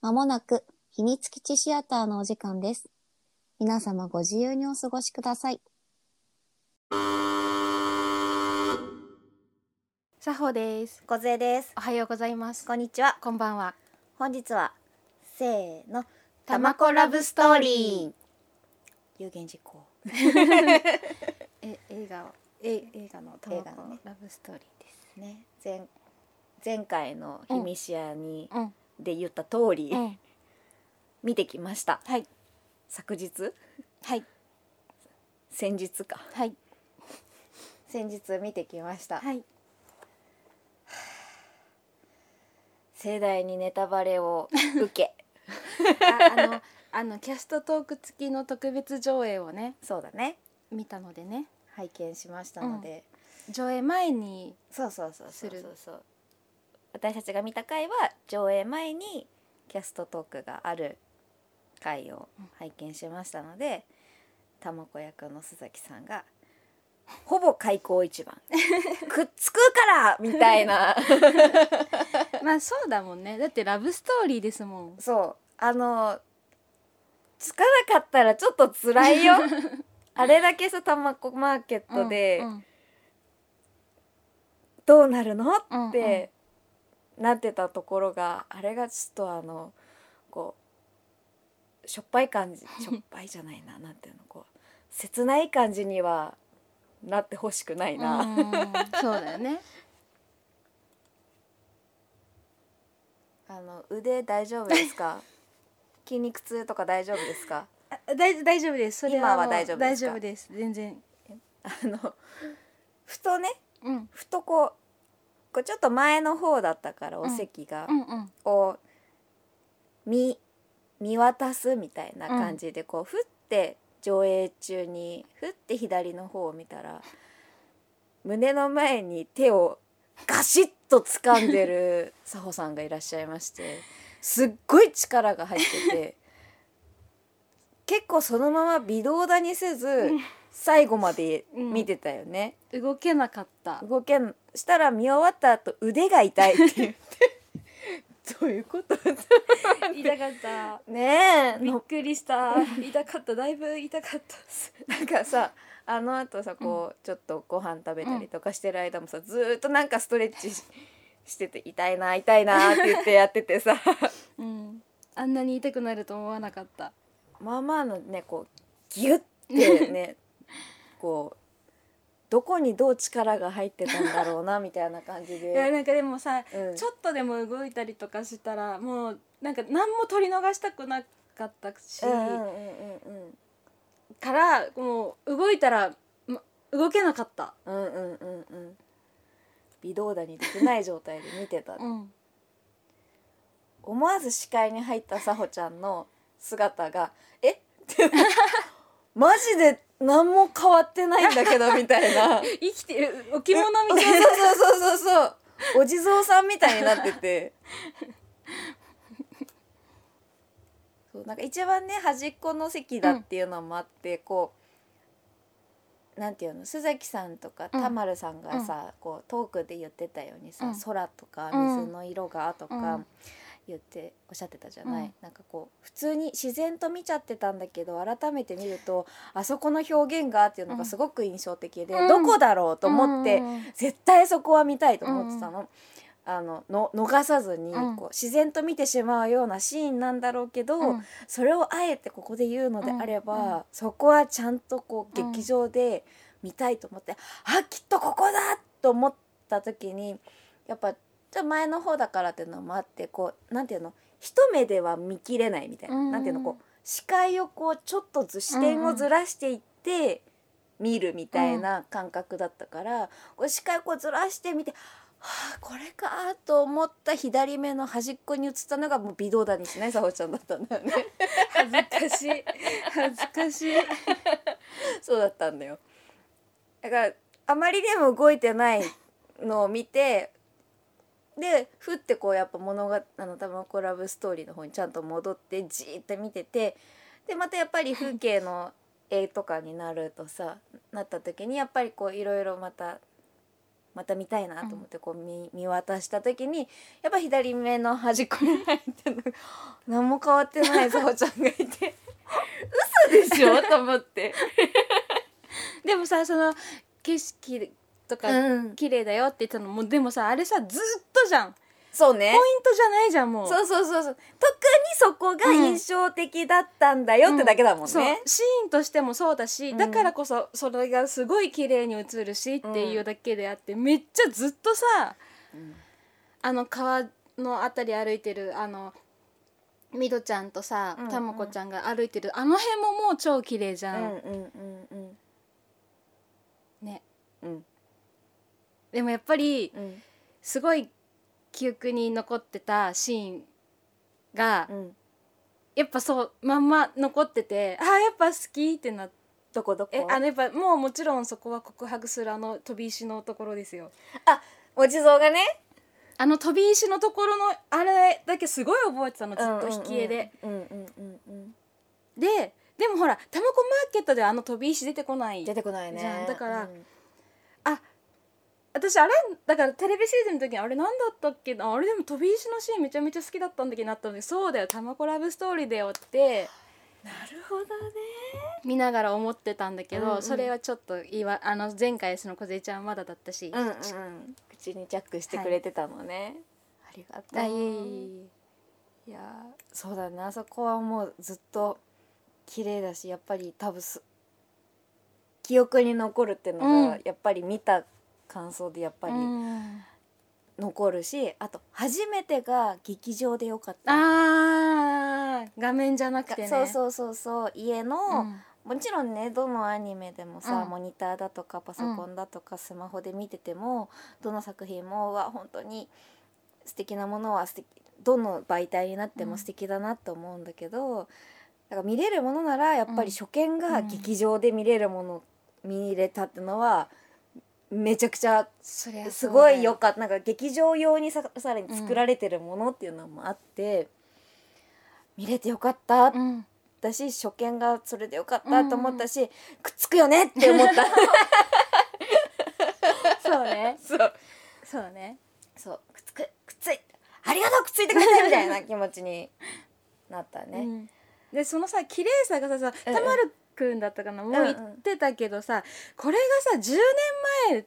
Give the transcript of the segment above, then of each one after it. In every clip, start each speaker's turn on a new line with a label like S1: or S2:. S1: まもなく秘密基地シアターのお時間です。皆様ご自由にお過ごしください。
S2: 佐保です
S3: 小杖です
S2: おはようございます
S3: こんにちは
S2: こんばんは
S3: 本日はせーの
S2: たまこラブストーリ
S3: 有言実行
S2: え映画をえ映画のたまこ
S3: 映画のね
S2: ラブストーリーです
S3: ね前前回の「ひみしやに」
S2: うん
S3: で言った通り、
S2: うん
S3: 見てきました
S2: はい
S3: 昨日
S2: はい
S3: 先日か
S2: はい
S3: 先日見てきました、
S2: はい
S3: 盛大にネタバレを受 け
S2: ああの あのキャストトーク付きの特別上映をね
S3: そうだね
S2: 見たのでね
S3: 拝見しましたので、
S2: 上映前 に
S3: そうそうそうそう
S2: する
S3: そうそう私たちが見た回は上映前にキャストトークがある回を拝見しましたので玉子役の須崎さん が「ほぼ開口一番くっつくから!」みた いな
S2: まあそうだもんねだってラブストーリーですもん
S3: そうあのつかなかったらちょっと辛い よあれだけさ玉子マーケットで、
S2: うん
S3: どうなるの
S2: うん
S3: ってなってたところがあれがちょっとあのこうしょっぱい感じしょっぱいじゃないななんていうのこう切ない感じにはなってほしくないうな、
S2: ん そうだよね
S3: あの腕大丈夫ですか 筋肉痛とか大丈夫ですか
S2: あ大大丈夫ですそれ
S3: 今は
S2: もう
S3: 大丈夫ですか
S2: 大丈夫です全然
S3: あのふとね
S2: うん
S3: ふとこうこうちょっと前の方だったからお席が、
S2: うんうん
S3: を見見渡すみたいな感じでこうふって上映中にふって左の方を見たら胸の前に手をガシッと掴んでる佐穂さんがいらっしゃいましてすっごい力が入ってて結構そのまま微動だにせず最後まで見てたよね。
S2: 動けなかった
S3: 動けんしたら見終わった後腕が痛いって言ってどういうこ と
S2: 痛かった
S3: ねえ の
S2: くりした痛かっただいぶ痛かった
S3: なんかさあのあとさこう、ちょっとご飯食べたりとかしてる間もさずーっとなんかストレッチししてて痛いな痛いなって言ってやって てさ
S2: うんあんなに痛くなると思わなかった
S3: まあまあのねこうギュッて ねこうどこにどう力が入ってたんだろうなみたいな感じ
S2: いや
S3: で、
S2: なんかでもさ、
S3: うん
S2: ちょっとでも動いたりとかしたらもうなんか何も取り逃したくなかったし、
S3: うんうんうんうん
S2: からもう動いたら、ま、動けなかった、
S3: うんうんうんうん微動だにできない状態で見てた
S2: ん、
S3: 思わず視界に入ったさほちゃんの姿が「えっ?」 て「マジで何も変わってないんだけど」みたいな
S2: 生きてる置物み
S3: そ う
S2: たいな
S3: そうそうそうそうお地蔵さんみたいになっててそうなんか一番ね端っこの席だっていうのもあって、こうなんていうの須崎さんとか
S2: うん
S3: 田丸さんがさ、こうトークで言ってたようにさ、
S2: うん
S3: 空とか
S2: うん
S3: 水の色がとか。
S2: うん
S3: 言っておっしゃってたじゃない、
S2: うん
S3: なんかこう普通に自然と見ちゃってたんだけど改めて見るとあそこの表現がっていうのがすごく印象的で、
S2: うん
S3: どこだろうと思って、
S2: うん
S3: 絶対そこは見たいと思ってたの。あのの逃さずに
S2: うん
S3: こう自然と見てしまうようなシーンなんだろうけど、
S2: うん
S3: それをあえてここで言うのであれば、
S2: うんう
S3: そこはちゃんとこう
S2: うん
S3: 劇場で見たいと思って、あきっとここだと思った時にやっぱちょっと前の方だからっていうのもあってこうなんていうの一目では見切れないみたいな,、
S2: うん
S3: なんていうのこう視界をこうちょっとず視点をずらしていって見るみたいな感覚だったから、こう視界をこうずらしてみて。はあ、これかと思った左目の端っこに映ったのがもう微動だにしないさほちゃんだったんだよね。
S2: 恥ずかしい恥ずかしい
S3: そうだったんだよだからあまりでも動いてないのを見てでふってこうやっぱ物があの玉子ラブストーリーの方にちゃんと戻ってじーって見ててでまたやっぱり風景の絵とかになるとさなった時にやっぱりこういろいろまたまた見たいなと思ってこう見見渡した時にやっぱ左目の端っこに入ってるのが何も変わってないぞおちゃんがいて嘘でしょと 思って。
S2: でもさその景色とか
S3: うん
S2: 綺麗だよって言ったのもでもさあれさずっとじゃんポ
S3: そうね
S2: イントじゃないじゃんもう
S3: そうそうそうそう特にそこが印象的だったんだよってだけだもん
S2: そう
S3: ね。
S2: シーンとしてもそうだし、
S3: うん
S2: だからこそそれがすごい綺麗に映るしっていうだけであって、めっちゃずっとさ
S3: うん
S2: あの川のあたり歩いてるあのミドちゃんとさ
S3: うんうん
S2: たまこちゃんが歩いてるあの辺ももう超綺麗じゃん、
S3: うんうんうん
S2: ね
S3: うん
S2: でもやっぱり
S3: うん
S2: すごい記憶に残ってたシーンが、
S3: うん
S2: やっぱそうまんま残っててあーやっぱ好きってなって
S3: どこどこ
S2: えあのやっぱもうもちろんそこは告白するあの飛び石のところですよ
S3: お地蔵がね
S2: あの飛び石のところのあれだけすごい覚えてたのずっと引き絵で、
S3: うんうんうんうん
S2: ででもほらタマコマーケットではあの飛び石出てこない
S3: 出てこないね
S2: じゃんだから
S3: うん
S2: 私あれだからテレビシリーズの時にあれ何だったっけなあれでも飛び石のシーンめちゃめちゃ好きだったんだけどなったのでそうだよタマコラブストーリーだよって
S3: なるほどね
S2: 見ながら思ってたんだけど、
S3: うんうん
S2: それはちょっと言わあの前回その小ちゃんまだだったし、
S3: うんうん口にジャックしてくれてたのねありが
S2: あ
S3: た
S2: い
S3: い
S2: えいえいえ
S3: いやーそうだねあそこはもうずっと綺麗だしやっぱり多分す記憶に残るっていうのが、
S2: うん
S3: やっぱり見た感想でやっぱり
S2: うん
S3: 残るし、あと初めてが劇場でよかった
S2: あー画面じゃなく
S3: か
S2: てね
S3: そうそうそうそう家の、
S2: うん
S3: もちろんねどのアニメでもさ、
S2: うん
S3: モニターだとかパソコンだとかスマホで見てても、どの作品もは本当に素敵なものは素敵どの媒体になって
S2: う
S3: も
S2: ん
S3: 素敵だなと思うんだけど、だから見れるものならやっぱ
S2: うん
S3: り初見が
S2: うん
S3: 劇場で見れるもの、見れたってのはめちゃくちゃ
S2: そりゃ
S3: す
S2: そう
S3: ご
S2: だ
S3: いよかったなんか劇場用にささらに作られてるものっていうのもあって、見れてよかったっ
S2: うん
S3: だし初見がそれでよかったと思ったし、くっつくよねって思った
S2: そうね
S3: そう
S2: そうね
S3: そうくっつくくっついありがとうくっついてくれたみたいな気持ちになった
S2: う
S3: ね、
S2: んでそのさ綺麗さがささ
S3: うん
S2: たまるくんだったかなもう言ってたけどさ、これがさ10年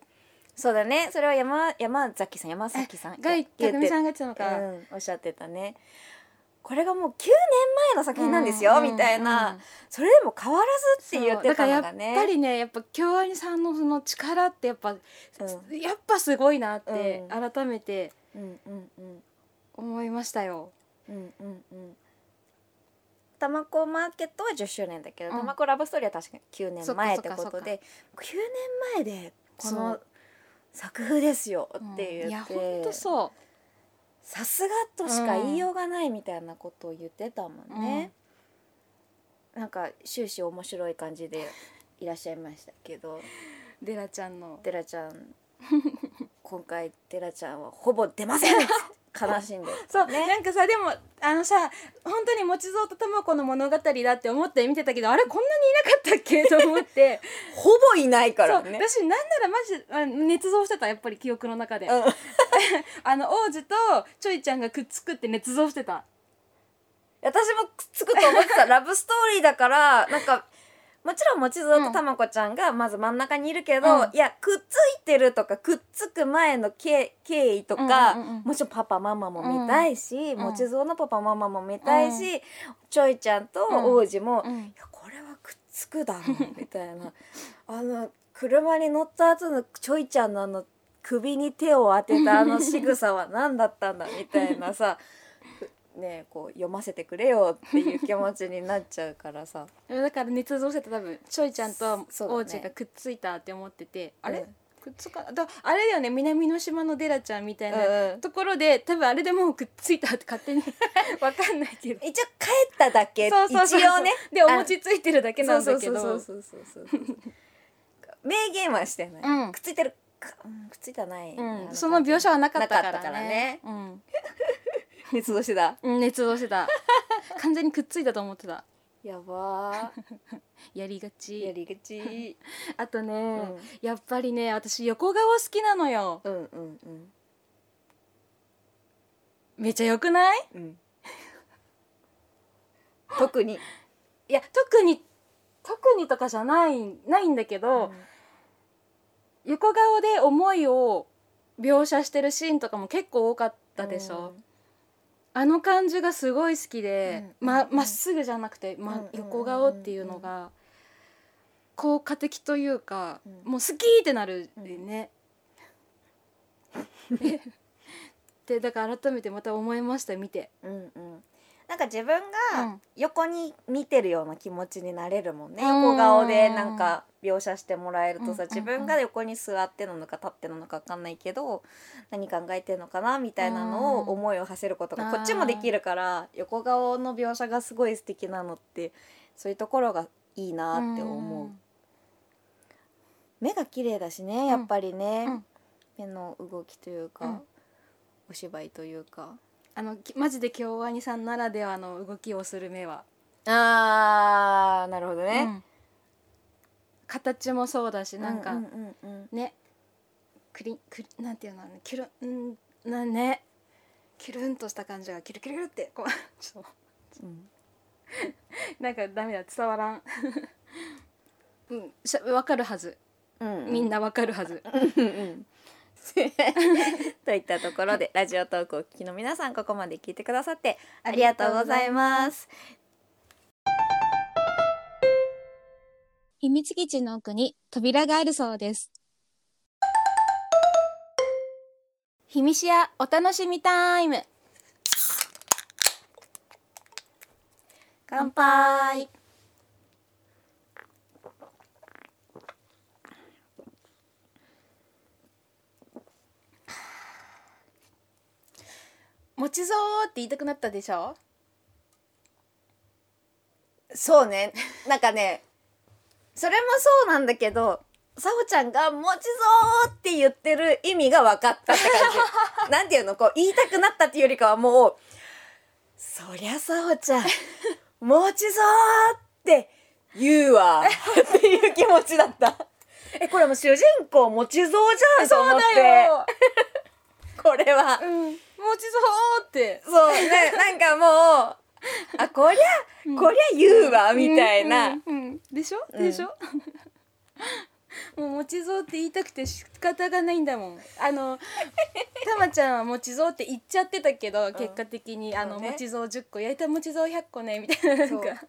S3: そうだねそれは山山崎さん山崎さん
S2: 前がたくみさ
S3: ん
S2: んが言ってたのか、
S3: うん、おっしゃってたねこれがもう9年前の作品なんですよ、
S2: うん
S3: みたい
S2: う
S3: な、
S2: ん
S3: それでも変わらずって言ってた
S2: そうだ
S3: のがね
S2: からやっぱりねやっぱ京アニさんのその力ってやっぱ、
S3: う
S2: やっぱすごいなって
S3: う
S2: 改めて
S3: うんうんうん
S2: 思いましたよ。
S3: うんうんうんタマコマーケットは10周年だけど、
S2: うん
S3: タマコラブストーリーは確かに9
S2: そっか
S3: 年
S2: そ
S3: 前っ
S2: ってか
S3: ことで9年前でこ
S2: そ
S3: の
S2: う
S3: 作風ですよって
S2: うんい
S3: 言
S2: や
S3: って、
S2: ほんとそう
S3: さすがとしか言いようがないみたいなことを言ってたもんね、なんか終始面白い感じでいらっしゃいましたけど
S2: デラちゃんの
S3: デラちゃん今回デラちゃんはほぼ出ません悲しんで
S2: そう、なんかさでもあのさ本当にもちぞうとたまこの物語だって思って見てたけどあれこんなにいなかったっけと思って
S3: ほぼいないから
S2: そう
S3: ね
S2: 私なんならマジあ捏造してたやっぱり記憶の中で、
S3: うん
S2: あの王子とちょいちゃんがくっつくって捏造してた
S3: 私もくっつくと思ってたラブストーリーだからなんかもちろんもちぞうとたまこちゃんがまず真ん中にいるけど、
S2: うん
S3: いやくっついてるとかくっつく前の経経緯とか、
S2: うんうんうんうん
S3: もちろんパパママも見たいし、
S2: ん
S3: もちぞうのパパママも見たいし、ちょいちゃんと王子も、いやこれはくっつくだろうみたいな あの車に乗った後のちょいちゃんのあの首に手を当てたあの仕草は何だったんだみたいなさ ねえこう読ませてくれよっていう気持ちになっちゃうか らさ
S2: だから捏造してた多分ちょいちゃんと
S3: そうだ
S2: 王
S3: ね
S2: 子がくっついたって思ってて、あれ、
S3: うん
S2: くっつかだあれだよね南の島のデラちゃんみたいな、
S3: うんうん
S2: ところで多分あれでもうくっついたって勝手 にわかんないけど
S3: 一応帰っただけ
S2: そうそうそう
S3: 一応ね
S2: でお
S3: あ
S2: 餅ついてるだけなんだけど
S3: そうそうそうそうそうそうそう明言はしてない、
S2: うん
S3: くっついてるか、うん、くっついてはない、
S2: うん、その描写はなかったからね
S3: なかったから ね
S2: うん
S3: 熱動してた
S2: うん、熱動してた完全にくっついたと思ってた
S3: いやば
S2: やりが
S3: ーや
S2: ち
S3: りがち、
S2: あとね、
S3: うん、
S2: やっぱりね私横顔好きなのよ
S3: うんうんうん
S2: めちゃ良くない
S3: うん 特に、
S2: いや特に特にとかじゃないないんだけど、横顔で思いを描写してるシーンとかも結構多かったでしょ、あの感じがすごい好きで、
S3: うん
S2: ま
S3: うん
S2: まっすぐじゃなくて、ま
S3: うんうんうんうん
S2: 横顔っていうのが効果的というか、
S3: うん
S2: もう好きってなるね。でだから改めてまた思いました見て。
S3: うんうんうんなんか自分
S2: う
S3: が
S2: ん
S3: 横に見てるような気持ちになれるもんね、
S2: うん
S3: 横顔でなんか描写してもらえるとさ、
S2: うん
S3: 自分が横に座ってなのか立ってなのか分かんないけど何考えてるのかなみたいなのを
S2: うん
S3: 思いを馳せること
S2: あ
S3: が
S2: ー
S3: こっちもできるから横顔の描写がすごい素敵なのってそういうところがいいなって思う。目が綺麗だしねやっぱりね、
S2: うん
S3: 目の動きというか、
S2: うん
S3: お芝居というか
S2: あのきマジで京アニさんならではの動きをする目は。
S3: あーなるほど
S2: う
S3: ね、
S2: ん形もそうだしなんか、
S3: うんうんうん
S2: ねクリンクリなんていうのあのキュルンんなねキュルンとした感じがキュルキュルキュルってこう ちょっ
S3: うん
S2: となんかダメだ伝わらん うんしゃわかるはず
S3: うん
S2: みんなわかるはず、
S3: うんうん といったとこ ろでラジオトークをお聞きの皆さんここまで聞いてくださってありがとうございます
S1: 秘密基地の奥に扉があるそうです。
S2: ひみしやお楽しみタイム
S3: 乾杯
S2: 持ちぞーって言いたくなったでしょ
S3: そうねなんかねそれもそうなんだけどさほちゃんが「持ちそう!」って言ってる意味が分かったって 感じなんていうのこう言いたくなったっていうよりかはもう「そりゃさほちゃん持ちそう!」って言うわっていう気持ちだったえこれもう主人公持ちそうじゃんと思ってこれは
S2: うん持ちぞーって
S3: そうねなんかもう「あこりゃ、こりゃ言うわ」みたいな。
S2: うんうんうんでしょ
S3: うん
S2: でしょ、 もう持ち蔵って言いたくて仕方がないんだもんあ のたまちゃんは持ち蔵って言っちゃってたけど、結果的にあの、
S3: そうね
S2: 持ち蔵10個焼いた持ち蔵100個ねみたいななん
S3: そう
S2: か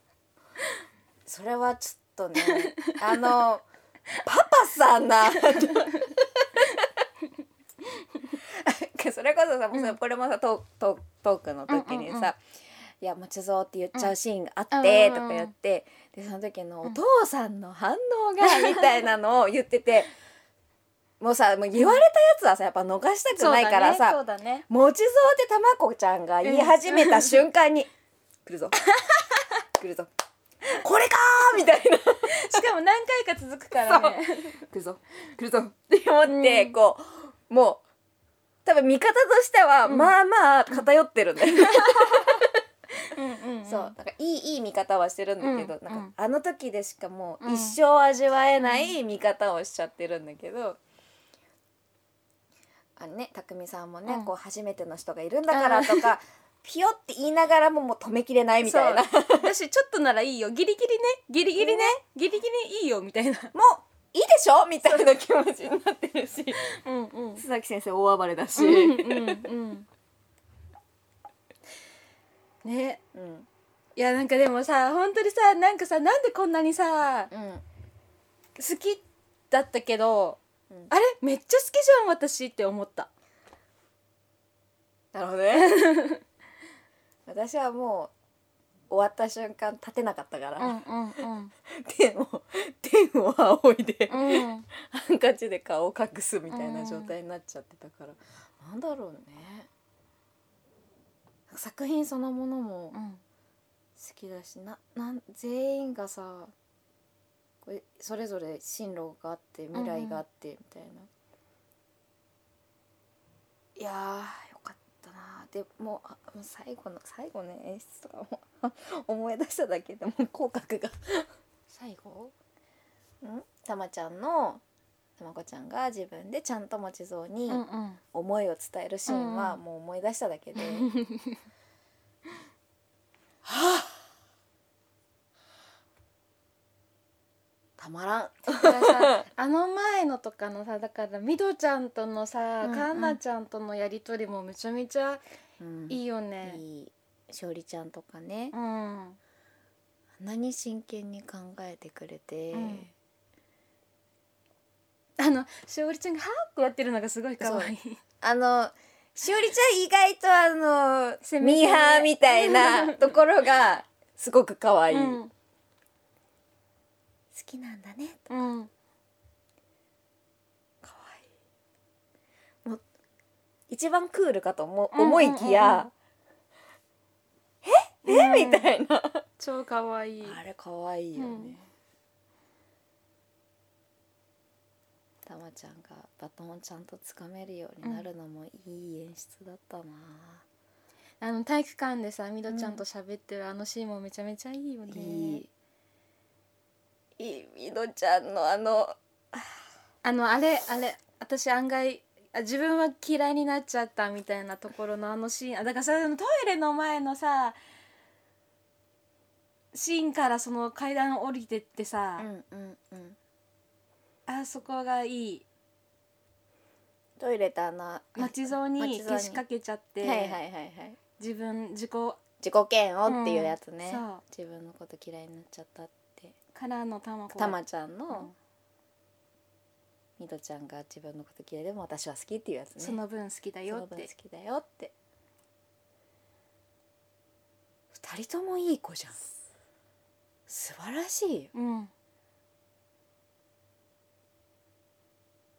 S3: それはちょっとねあのパパさんな なんかそれこそさ、もうさこれもさトートートークの時にさ
S2: う
S3: 「
S2: んうんうん
S3: いや持ち蔵」って言っちゃうシーンがあって、
S2: うん
S3: とか言ってでその時のお父さんの反 応がみたいなのを言っててもうさもう言われたやつはさやっぱ逃したくないからさ、
S2: そうだね
S3: 持ちそうってたまこちゃんが言い始めた瞬間に「来るぞ来るぞこれか!」みたいな「
S2: そうだねしかも何回か続くからね
S3: 来るぞ来るぞ」って思って、
S2: うん
S3: こうもう多分見方としては、
S2: うん
S3: まあまあ偏ってるんだよ、
S2: うんうんん
S3: そうなんかいいいい見方はしてるんだけど、
S2: うん
S3: なんかあの時でしかも
S2: う
S3: うん一生味わえない見方をしちゃってるんだけど。あのね、匠さんもね、
S2: うん
S3: こう初めての人がいるんだからとかピヨって言いながらももう止めきれないみたいな
S2: そう私ちょっとならいいよギリギリねギリギリねギリギリいいよみたいな
S3: もういいでしょみたいな気持ちになってるし
S2: うんうん
S3: 須崎先生大暴れだし、
S2: うんうんうんね
S3: うん
S2: いやなんかでもさ本当にさなんかさなんでこんなにさ
S3: うん
S2: 好きだったけど、
S3: うん
S2: あれめっちゃ好きじゃん私って思った
S3: なるほどね 私はもう終わった瞬間立てなかったから、
S2: うんうん
S3: 天を天を仰いで
S2: うん
S3: ハンカチで顔を隠すみたいな状態になっちゃってたから、なんだろうね作品そのものも好きだしななん全員がさこれそれぞれ進路があって未来があってみたいな、いやーよかったなでもうあもう最後の最後の演出とかも あ思い出しただけでもう口角が
S2: 最後
S3: んたまちゃんのたまこちゃんが自分でちゃんともちぞうに
S2: うんうん
S3: 思いを伝えるシーン
S2: う
S3: は
S2: ん
S3: もう思い出した だけで、たまらん
S2: だからさあの前のとかのさだからミドちゃんとのさ、
S3: うんうん
S2: カンナちゃんとのやりとりもめちゃめちゃ
S3: い
S2: いいよね。
S3: いしおりちゃんとかね
S2: う、ん、
S3: あんなに真剣に考えてくれて、
S2: うんあのしおりちゃんが「はーってやってるのがすごい可愛い
S3: あのしおりちゃん意外とあの
S2: 攻め攻め
S3: ミーハーみたいなところがすごく可愛い、
S2: うん
S3: 好きなんだね
S2: うん
S3: 可愛いもう一番クールかと思思いきや、え
S2: うん
S3: みたいな、
S2: 超可愛い
S3: あれ可愛いよ
S2: う
S3: ね、
S2: ん
S3: たまちゃんがバトンをちゃんとつかめるようになるのもいい演出だったな、
S2: あの体育館でさミドちゃんと喋ってるあのシーンもめちゃめちゃいいよね、
S3: いいいいみどちゃんのあの
S2: あのあれあれ私案外あ自分は嫌いになっちゃったみたいなところのあのシーンあだからさあのトイレの前のさシーンからその階段降りてってさ、
S3: んうんうん
S2: あそこがいい
S3: トイレとあの
S2: 町蔵に
S3: 町蔵
S2: け
S3: に
S2: しかけちゃって、
S3: はいはいはいはい
S2: 自分自己
S3: 自己嫌悪っていうやつね、
S2: うん
S3: 自分のこと嫌いになっちゃったって
S2: からのたまこ
S3: たまちゃんの、
S2: うん
S3: みどちゃんが自分のこと嫌いでも私は好きっていうやつね
S2: その分好きだよ
S3: その
S2: っ
S3: 分好
S2: て
S3: きだよって二人ともいい子じゃん素晴らしいよ
S2: うん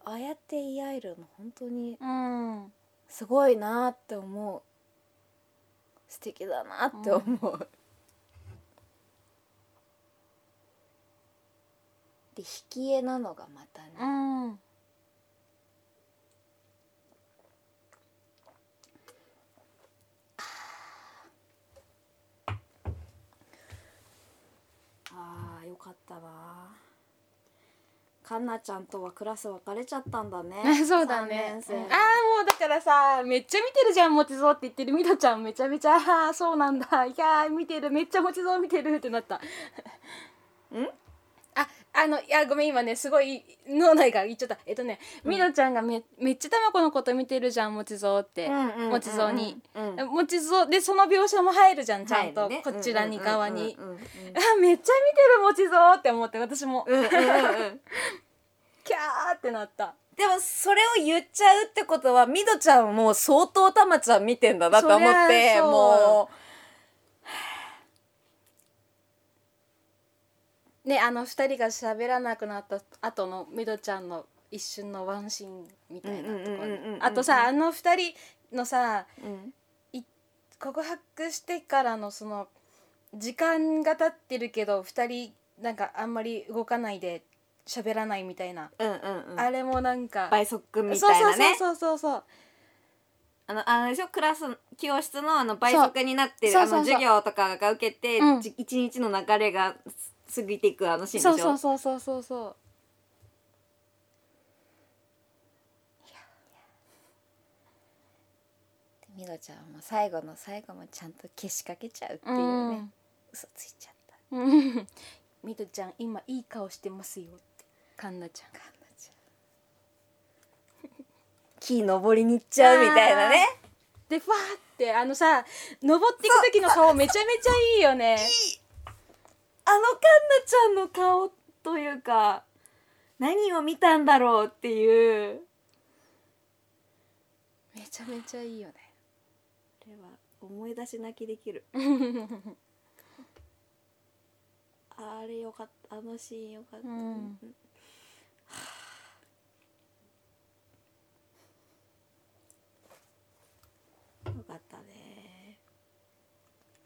S3: ああやって言い合えるの本当に
S2: うん
S3: すごいなって思う素敵だなって思う、で引き絵なのがまたね、
S2: うん
S3: あーよかったわかんなちゃんとはクラス別れちゃったんだね
S2: そうだね。ああ
S3: 三
S2: ー
S3: 年
S2: も
S3: 生
S2: うだからさめっちゃ見てるじゃんもちぞうって言ってるみどちゃんめちゃめちゃあーそうなんだいやー見てるめっちゃもちぞう見てるってな った。ん？ああのいやごめん今ねすごい脳内が言っちゃったえっとねみどちゃんがめめっちゃたまこのこと見てるじゃんもちぞうってもちぞうに。
S3: うん
S2: もちぞうでその描写も入るじゃんちゃんと、
S3: 入るね
S2: こちらに側に。
S3: うんうんうんうんうん
S2: あーめっちゃ見てるもちぞうって思って私も
S3: うんうんうん
S2: キャーってなった。
S3: でもそれを言っちゃうってことはみどちゃんも相当たまちゃん見てんだなと思っ
S2: そりゃ
S3: て
S2: そう
S3: も
S2: ねあの二人が喋らなくなった後のミドちゃんの一瞬のワンシーンみたいなとこ
S3: うんうんうんうんうん
S2: ろあとさあの二人のさ
S3: う、うん
S2: 告白してからのその時間が経ってるけど二人なんかあんまり動かないで喋らないみたいな、
S3: うんうんうん
S2: あれもなんか
S3: 倍速みたいなね
S2: そうそうそうそうそう
S3: あのあのでしょクラス教室のあの倍速になってる
S2: そう
S3: あ
S2: そうそう
S3: の
S2: そう
S3: 授業とかが受けて
S2: うん
S3: じ一日の流れが過ぎていくあのシーンでし
S2: そ
S3: ょ
S2: うそうそうそうそうそう
S3: みどちゃんも最後の最後もちゃんと消しかけちゃうっていううね、
S2: ん
S3: 嘘ついちゃった
S2: うん ミドちゃん今いい顔してますよってカンナちゃん
S3: かんなちゃん木登りに行っちゃうみたいなね
S2: でファーってあのさ登っていく時の顔めちゃめちゃいいよね
S3: あのかんなちゃんの顔というか何を見たんだろうっていう
S2: めちゃめちゃいいよね
S3: これは思い出し泣きできるあれよかったあのシーンよかった、
S2: うん
S3: よかったね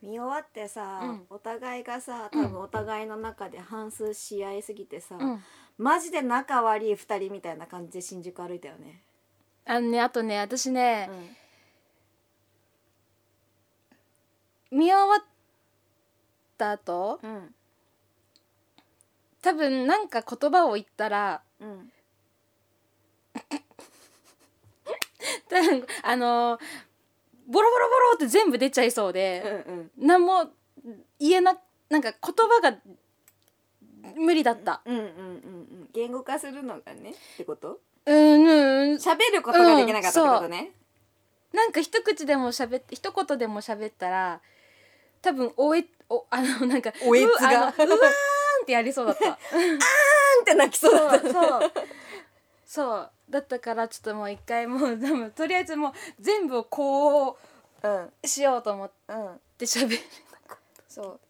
S3: 見終わってさ、
S2: うん
S3: お互いがさ多分お互いの中で反数し合いすぎてさ、
S2: うん
S3: マジで仲悪い2人みたいな感じで新宿歩いたよね、
S2: あのねあとね私ね、見終わった後
S3: うん
S2: 多分なんか言葉を言ったら
S3: うん
S2: 多分あのボロボロボロって全部出ちゃいそう
S3: う
S2: で、
S3: んうん
S2: 何も言えななんか言葉が無理だった。
S3: うんうんうん言語化するのがねってこと
S2: うんうん
S3: 喋ることができなかったってことね、
S2: なんか一口でも喋って一言でも喋ったら多分おえおあのなんか
S3: おえつが
S2: うあのうわーんってやりそうだった
S3: なんて泣きそう
S2: そ
S3: だった
S2: うそうそうだったからちょっともう一回もうでもとりあえずもう全部をこ
S3: うん
S2: うしようと思っ
S3: うん
S2: て喋る
S3: そう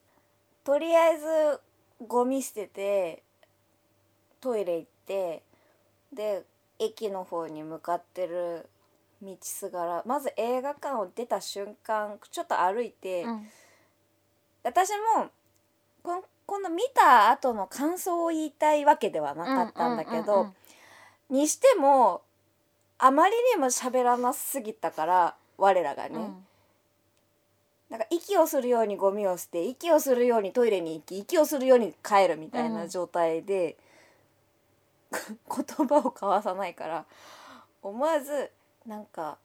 S3: とりあえずゴミ捨ててトイレ行ってで駅の方に向かってる道すがらまず映画館を出た瞬間ちょっと歩いて、私もこんこの見た後の感想を言いたいわけではなかったんだけど、にしてもあまりにも喋らなすぎたから我らがね、なんか息をするようにゴミを捨て息をするようにトイレに行き息をするように帰るみたいな状態で、 言葉を交わさないから思わずなんか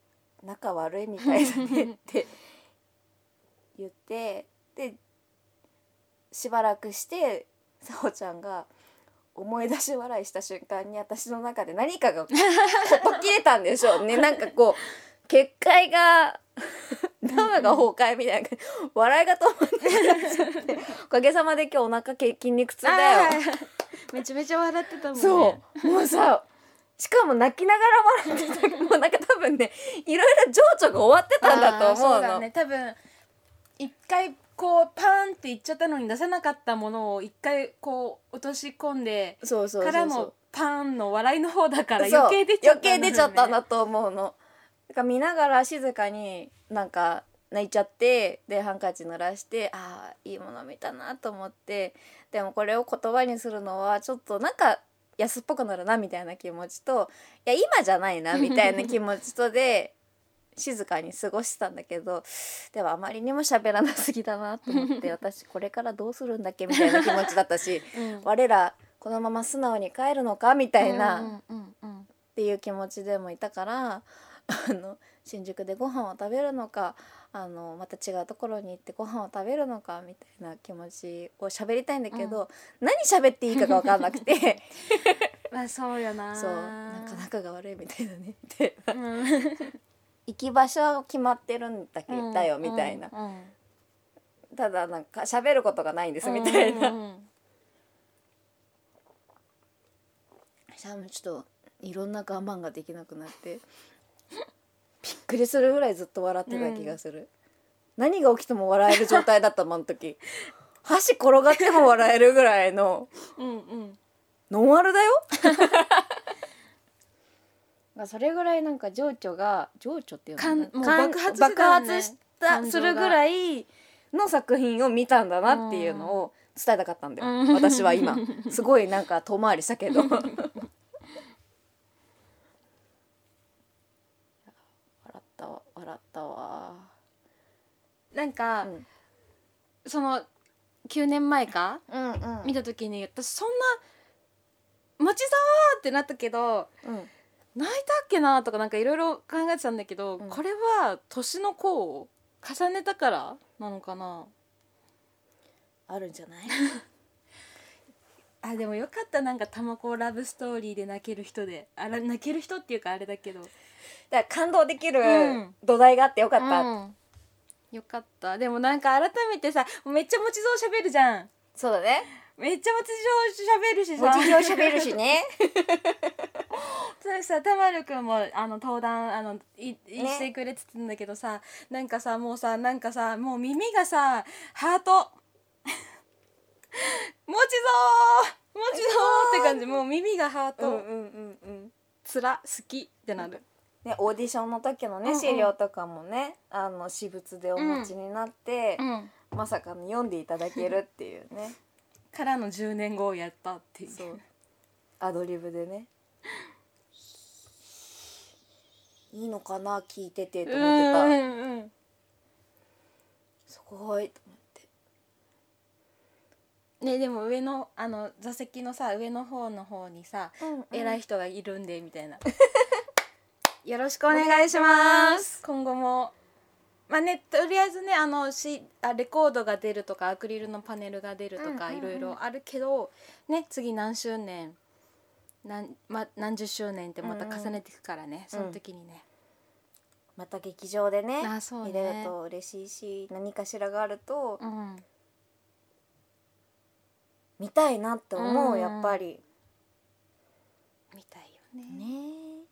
S3: 仲悪いみたいだねって言ってでしばらくしてさほちゃんが思い出し笑いした瞬間に私の中で何かがこと切れたんでしょうねなんかこう結界がダムが崩壊みたいな感じ笑いが止まってなっちゃっておかげさまで今日お腹け筋肉痛だよ。
S2: あーめちゃめちゃ笑ってたもんね
S3: そうもうさしかも泣きながら笑ってたけどもうなんか多分ねいろいろ情緒が終わってたんだと思うの
S2: あーそだね多分一回こうパーンっていっちゃったのに出さなかったものを一回こう落とし込んで
S3: そうそうそうそう
S2: からのパーンの笑いの方だから
S3: そう
S2: 余計出ちゃったんだよね
S3: 余計出ちゃったんだと思うのなんか見ながら静かになんか泣いちゃってでハンカチ濡らしてああいいもの見たなと思ってでもこれを言葉にするのはちょっとなんか安っぽくなるなみたいな気持ちといや今じゃない なみたいな気持ちとで静かに過ごしてたんだけどでもあまりにも喋らなすぎだなと思って 私これからどうするんだっけみたいな気持ちだったし
S2: うん
S3: 我らこのまま素直に帰るのかみたいな。
S2: うんうんうん
S3: っていう気持ちでもいたからあの新宿でご飯を食べるのかあのまた違うところに行ってご飯を食べるのかみたいな気持ちを喋りたいんだけど、何喋っていいかが分かんなく て
S2: まあそうよな
S3: そうなんか仲が悪いみたいだねみたいな
S2: うん
S3: 行き場所は決まってるんだけだよみたいな、
S2: うんうん
S3: ただなんか喋ることがないんです
S2: うん
S3: みたいな、
S2: うんうん
S3: 多分ちょっといろんな我慢ができなくなってびっくりするぐらいずっと笑ってた気がする、何が起きても笑える状態だったもんあの時箸転がっても笑えるぐらいの
S2: うんうん
S3: ノンアルだ よそれぐらいなんか情緒が情緒っていうのかな
S2: かんもう
S3: かん
S2: 爆発してたよね
S3: 爆発した
S2: 感情が
S3: するぐらいの作品を見たんだなっていうのを伝えたかったんだよ、
S2: うん
S3: 私は 今すごいなんか遠回りしたけど 笑ったわ笑ったわ
S2: なんか、
S3: うん
S2: その9年前か
S3: うんうん
S2: 見た時に私そんな「持ちそう!」ってなったけど
S3: うん
S2: 泣いたっけなとかなんかいろいろ考えてたんだけど、
S3: うん
S2: これは年の功を重ねたからなのかな
S3: あるんじゃない
S2: あでもよかったなんか「たまこラブストーリー」で泣ける人であら泣ける人っていうかあれだけどよ
S3: だから感動できる
S2: うん
S3: 土台があってよかった、
S2: よかったでもなんか改めてさめっちゃ持ちそう喋るじゃん
S3: そうだね
S2: めっちゃ持ちそう喋るし
S3: 持
S2: さ
S3: ち上喋るしね
S2: そうさたまるくんもあの登壇あのいいしてくれてたんだけどさ、なんかさもうさなんかさもう耳がさハート 持ちそう持ちそうって感じもう耳がハート、
S3: うんうんうん
S2: つら好きってなる、
S3: ね、オーディションの時のね、
S2: うんうん
S3: 資料とかもねあの私物でお持ちになって、まさかの読んでいただけるっていうね
S2: からの10年後をやったっていう
S3: そうアドリブでねいいのかな聞いててと
S2: うん
S3: 思って
S2: うんうん
S3: すごいと思って
S2: ねでも上のあの座席のさ上の方の方にさ、偉い
S3: 人
S2: 人がいるんでみたい なよろしくお願いします今後もまあねとりあえずねあのしあレコードが出るとかアクリルのパネルが出るとか
S3: うんうん
S2: い
S3: うん
S2: ろいろあるけど、ね次何周年何,、ま、何十周年ってまた重ねていくからね、
S3: うん
S2: その時にね、
S3: また劇場でね
S2: あそうね
S3: 見れると嬉しいし何かしらがあると
S2: うん、
S3: 見たいなって思う、
S2: うん
S3: やっぱり
S2: みたいよね
S3: ね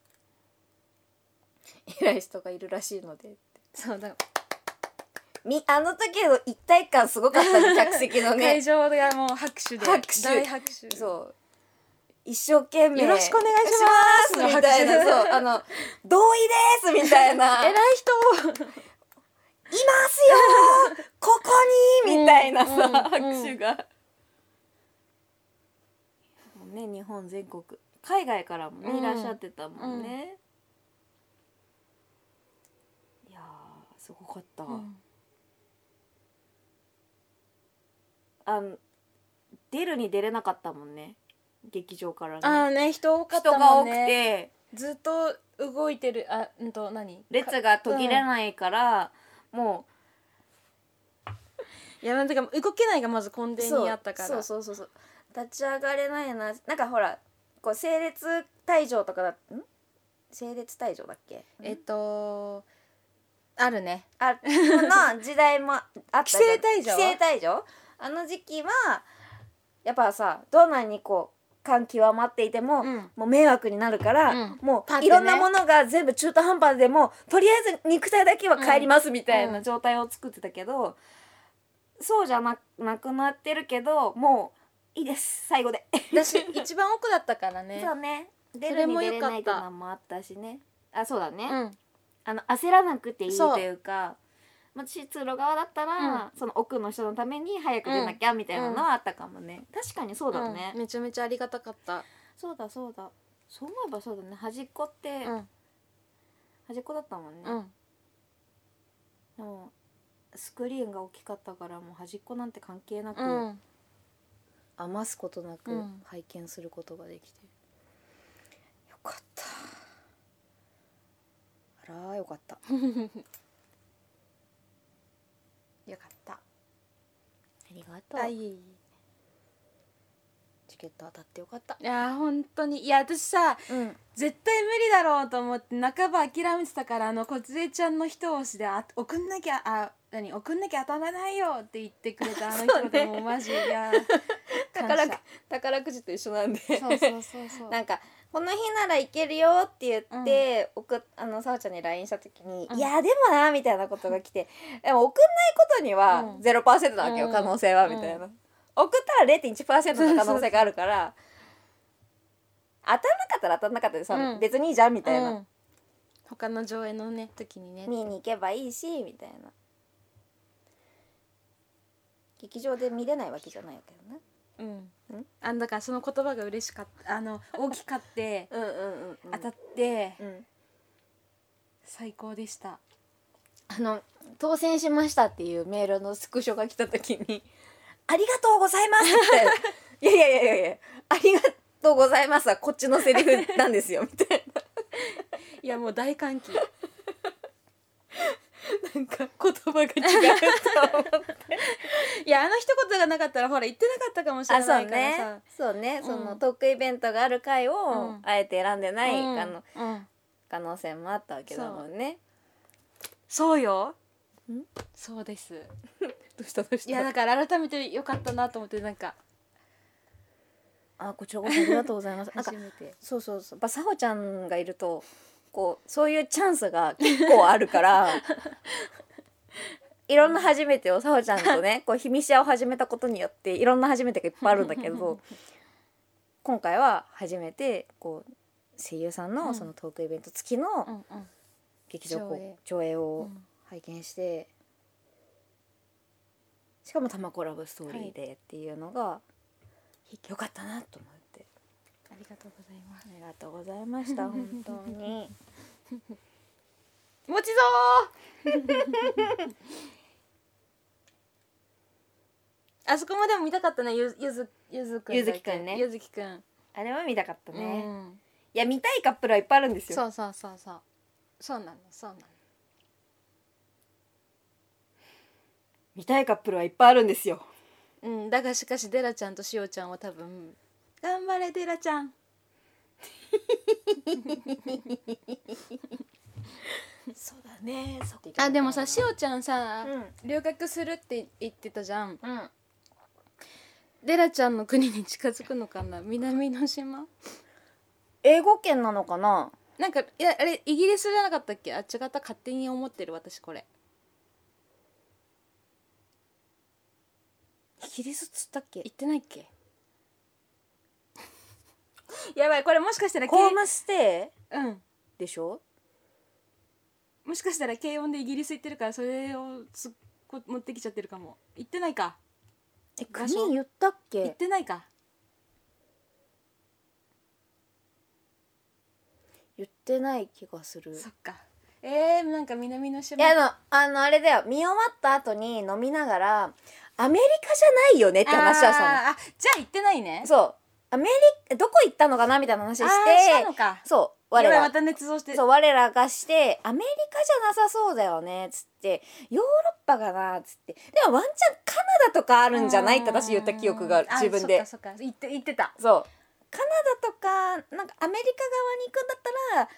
S3: 偉い人がいるらしいので
S2: そうだ、
S3: みあの時の一体感すごかったね客席 の
S2: 会
S3: ね
S2: 場がもう拍手で
S3: 拍手
S2: 大拍手
S3: そう一生懸命
S2: よろしくお願いします
S3: みたいな
S2: 拍手
S3: そうあの同意ですみたいな
S2: 偉い
S3: い
S2: 人を
S3: ますよーここにみたいなさ、
S2: うんうん
S3: 拍手が、ね日本全国海外からもね、
S2: うん
S3: いらっしゃってたもんね、いやーすごかった、あの出るに出れなかったもんね劇場か
S2: あ
S3: らね
S2: あね人多かっ
S3: 人
S2: た
S3: が
S2: も
S3: 多
S2: ん
S3: く
S2: ね
S3: て
S2: ずっと動いてるあうんと何
S3: 列が途切れないから、も
S2: いやなんてか動けないがまず根
S3: う
S2: 底にあったから
S3: そうそうそうそう立ち上がれないななんかほらこう整列退場とかだん整列退場だっけ
S2: えっとあるね
S3: あの時代もあったじゃん
S2: 規制退場
S3: 規制退場あの時期はやっぱさどんなにこう感極まっていても、
S2: うん
S3: もう迷惑になるから、
S2: うん
S3: も
S2: パッて
S3: う
S2: ね
S3: いろんなものが全部中途半端でもとりあえず肉体だけは帰りますみたい
S2: うん
S3: な状態を作ってたけど、そうじゃななくなってるけどもういいです最後で。
S2: 私一番奥だったからね
S3: そうね出
S2: そ
S3: る
S2: れ
S3: に
S2: も
S3: 出
S2: 良
S3: れ
S2: かった
S3: ないっていうのもあったしねあそうだね。
S2: うん
S3: あの焦らなくていい
S2: そう
S3: というかもし通路側だったら、その奥の人のために早く出なきゃみたいなのはあったかもね、確かにそうだね、
S2: うんめちゃめちゃありがたかった
S3: そうだそうだそう思えばそうだね端っこって、
S2: うん
S3: 端っこだったもんね、
S2: うん
S3: でもスクリーンが大きかったからもう端っこなんて関係なく、
S2: うん
S3: 余すことなく
S2: うん
S3: 拝見することができて、よかったあらよかった
S2: よかった
S3: ありがとう、
S2: あいえいえ
S3: チケット当たってよかった
S2: いや本当にいや私さ
S3: うん
S2: 絶対無理だろうと思って半ば諦めてたからあの梢ちゃんの一押しであ送んなきゃあ何送んなきゃ当たらないよって言ってくれたあの人がもうマジいや 感
S3: 宝く
S2: 謝
S3: 宝くじと一緒なんで
S2: そうそうそうそう
S3: なんか「この日なら行けるよ」って言って、送っあのさおちゃんに LINE した時に「
S2: うん
S3: いやでもな」みたいなことが来て「でも送んないことには
S2: うん
S3: 0%なわけよ、
S2: うん
S3: 可能性は」みたいな、送ったら0.1%の可能性があるから当たんなかったら当たんなかったでさ、
S2: うん
S3: 別にいいじゃんみたいな、
S2: うん他の上映のね時にね
S3: 見に行けばいいしみたいな劇場で見れないわけじゃないけどね
S2: うん
S3: うん
S2: あだからその言葉が嬉しかったあの大きかって
S3: うんうんうん、
S2: 当たって
S3: うん
S2: 最高でした
S3: あの当選しましたっていうメールのスクショが来た時に「ありがとうございます」みたいな「い やいやいやいやいやありがとうございます」はこっちのセリフなんですよみたい
S2: いやもう大歓 喜
S3: ななんか言葉が違 うと思う
S2: いやあの一言がなかったらほら言ってなかったかもしれ
S3: あそ
S2: な
S3: う
S2: いからさ
S3: ねそうね、
S2: うん
S3: そのトークイベントがある回を、
S2: うん
S3: あえて選んでない、
S2: うん
S3: あの
S2: うん
S3: 可能性もあったわけだもんね
S2: そうよ
S3: ん。
S2: そうです。
S3: どうしたどうし
S2: いやだから改めて良かったなと思ってなんか
S3: あこちらこそありがとうございますなんか
S2: 初めて。
S3: そうそうそうやっぱさほちゃんがいるとこうそういうチャンスが結構あるから いろんな初めてをさほちゃんとねこう秘密屋を始めたことによっていろんな初めてがいっぱいあるんだけ ど今回は初めてこう声優さん
S2: う
S3: の
S2: ん
S3: そのトークイベント付き
S2: うん
S3: の
S2: うん。
S3: 劇場
S2: 上映
S3: こう上映
S2: う
S3: を
S2: ん
S3: 拝見してしかも「たまこラブストーリー」でっていうのがよかったなと思って。
S2: ありがとうございます
S3: あ。りがとうございま した本当に。
S2: 持ち あそこまでも見たかったねゆゆずゆずくんだっけ
S3: ゆずきくんね
S2: ゆずきくん、
S3: あれは見たかった
S2: う
S3: ね、い
S2: ん、
S3: や見たいカップルはいっぱいあるんですよ
S2: そうそうそうそうそうなのそうなの
S3: 見たいカップルはいっぱいあるんですよ
S2: うん、だがしかしデラちゃんとしおちゃんは多分「頑張れデラちゃん
S3: そうだねそ」
S2: あでもさしおちゃんさ、
S3: う
S2: 留学するって言ってたじゃん
S3: ん、うん、
S2: デラちゃんの国に近づくのかな 南の島
S3: 英語圏なのかな
S2: なんかいやあれイギリスじゃなかったっけあ違った勝手に思ってる私これ
S3: イギリスっつったっけ
S2: 言ってないっけ やばいこれもしかしたら
S3: ホームステイ
S2: うん
S3: でしょ
S2: もしかしたら軽音でイギリス行ってるからそれをつっこ持ってきちゃってるかも行ってないか
S3: え
S2: 場所
S3: 国言ったっ
S2: 行っ
S3: け
S2: てないか
S3: 言ってない気がする
S2: そっかえー、なんか南の
S3: い
S2: 島
S3: やあのあのあれだよ見終わった後に飲みながらアメリカじゃないよねって話はした
S2: あーあじゃあ行ってないね
S3: のそうアメリカどこ行ったのかなみたいな話
S2: あ
S3: し
S2: ーした
S3: て
S2: のか
S3: そう我
S2: やばい
S3: ら
S2: また捏造して
S3: そう我らがしてアメリカじゃなさそうだよねっつってヨーロッパかなっつってでもワンチャンカナダとかあ
S2: あ
S3: るんじゃないって私言った記憶がある自分で
S2: そっかそっか言って言ってた
S3: そうカナダとかなんかアメリカ側に行くんだったら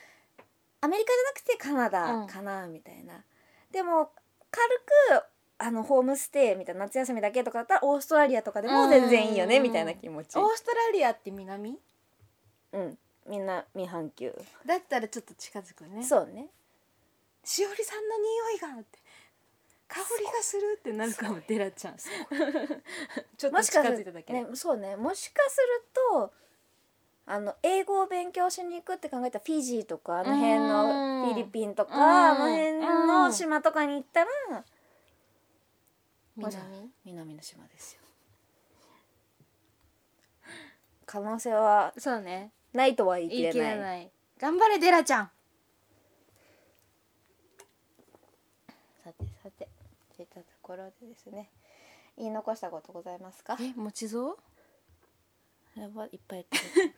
S3: アメリカじゃなくてカ
S2: う
S3: ナ
S2: ん
S3: ダかな、みたいなでも軽くあのホームステイみたいな夏休みだけとかだったらオーストラリアとかでも全然いいよね
S2: うん
S3: みたいな気持ち
S2: オーストラリアって南
S3: うんみんな未半球
S2: だったらちょっと近づくね
S3: そうね
S2: しおりさんの匂いがって香りがするってなるかもデラちゃん ちょっ
S3: も
S2: と
S3: し
S2: 近
S3: かす
S2: づい
S3: る
S2: ただけで
S3: ねそうねもしかするとあの英語を勉強しに行くって考えたらフィジーとかあの辺の
S2: うん
S3: フィリピンと
S2: うん
S3: かあの辺の島とかに行ったら
S2: 南
S3: 南の島ですよ可能性は
S2: そうね
S3: ないとは言い切
S2: 言い
S3: れ
S2: 切
S3: ない
S2: れない頑張れデラちゃん
S3: さてさてといったところでですね言い残したことございます か
S2: え持ち蔵
S3: やばいっぱい言ってる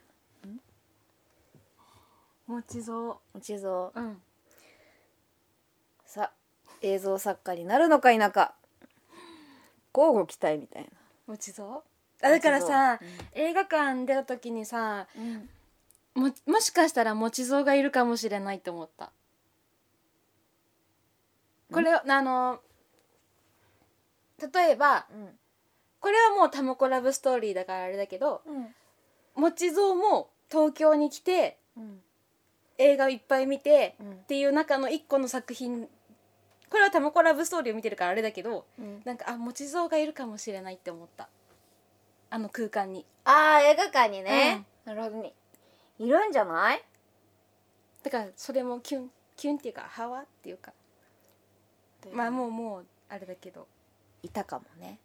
S2: 持ち蔵
S3: 地蔵
S2: うん
S3: さ映像作家になるのか否か交互期待みたいな
S2: 持ち蔵あだからさ
S3: 持ち
S2: 映画館出た時にさ
S3: 蔵うん
S2: ももしかしたら持ち蔵がいるかもしれないと思ったこれをあの例えばこれはもうタモコラブストーリーだからあれだけど
S3: うん
S2: 持ち蔵も東京に来て
S3: うん
S2: 映画いっぱい見て
S3: う
S2: っ
S3: ん
S2: ていう中の一個の作品これはタモコラブストーリーを見てるからあれだけどなんかあ持ち蔵がいるかもしれないって思ったあの空間に
S3: あー映画館にね、なるほどねいるんじゃない
S2: だからそれもキュンキュンっていうかハワっていうかまあもうもうあれだけど
S3: いたかもね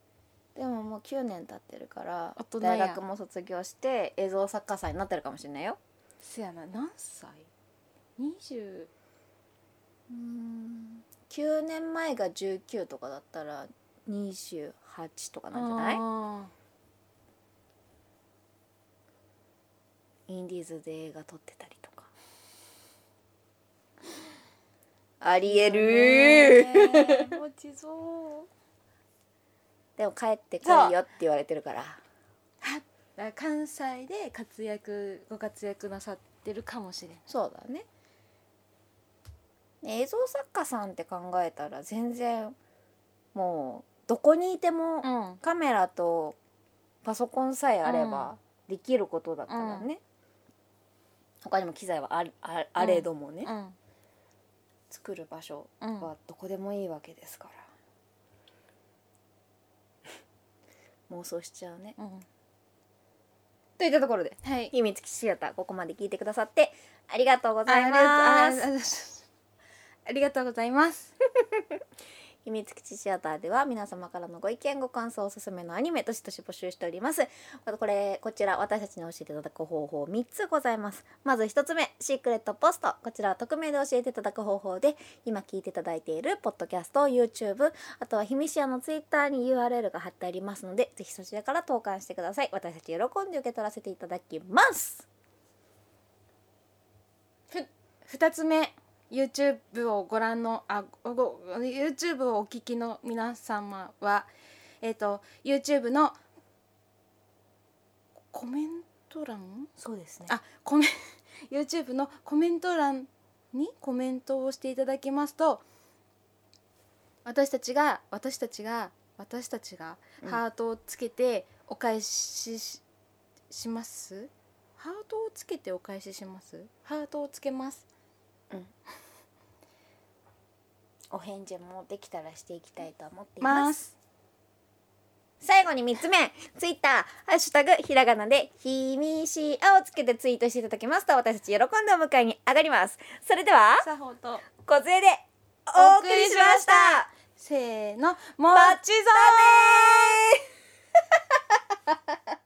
S3: でももう9年経ってるから
S2: 大人や
S3: 大学も卒業して映像作家さんになってるかもしれないよ
S2: せやな何歳 ?20
S3: うん9年前が19とかだったら28とかなんじ ゃない
S2: あ
S3: インディーズで映画撮ってたりとかありえ
S2: ー
S3: る
S2: ねえ持ち蔵
S3: でも帰ってこいよって言われてるから
S2: はだから関西で活躍ご活躍なさってるかもしれん
S3: そうだねね映像作家さんって考えたら全然もうどこにいても
S2: うん
S3: カメラとパソコンさえあればできることだからね、他にも機材はあるああれどもね、
S2: うん
S3: 作る場所
S2: うん
S3: はどこでもいいわけです から、妄想しちゃうね
S2: うん
S3: といったところで
S2: はい
S3: 秘密基地シアターここまで聞いてくださってありがとうござい
S2: あありがとうああ
S3: ま
S2: り
S3: す
S2: がとうありがとうございます
S3: 秘密基地シアターでは皆様からのご意見ご感想おすすめのアニメどしどし募集しておりますあとこれこちら私たちに教えていただく方法3つございますまず1つ目シークレットポストこちらは匿名で教えていただく方法で今聞いていただいているポッドキャスト YouTube あとはひみしやの Twitter に URL が貼ってありますのでぜひそちらから投函してください私たち喜んで受け取らせていただきます
S2: ふ2つ目 YouTube をご覧のあご YouTube をお聞きの皆様はえっ、と YouTube のコメント欄
S3: そうですね
S2: あコメン YouTube のコメント欄にコメントをしていただきますと私たちが私たちが私たちが
S3: うん
S2: ハートをつけてお返しし,、しますハートをつけてお返ししますハートをつけます
S3: お返事もできたらしていきたいと思っています
S2: ます
S3: 最後に3つ目ツイッターハッシュタグひらがなで「ひみしあ」をつけてツイートしていただけますと私たち喜んでお迎えに上がりますそれでは
S2: さほと
S3: 小杖でお送りしました
S2: せーのも
S3: バッ
S2: ち
S3: チ
S2: ぞ
S3: ゾ
S2: ー
S3: ー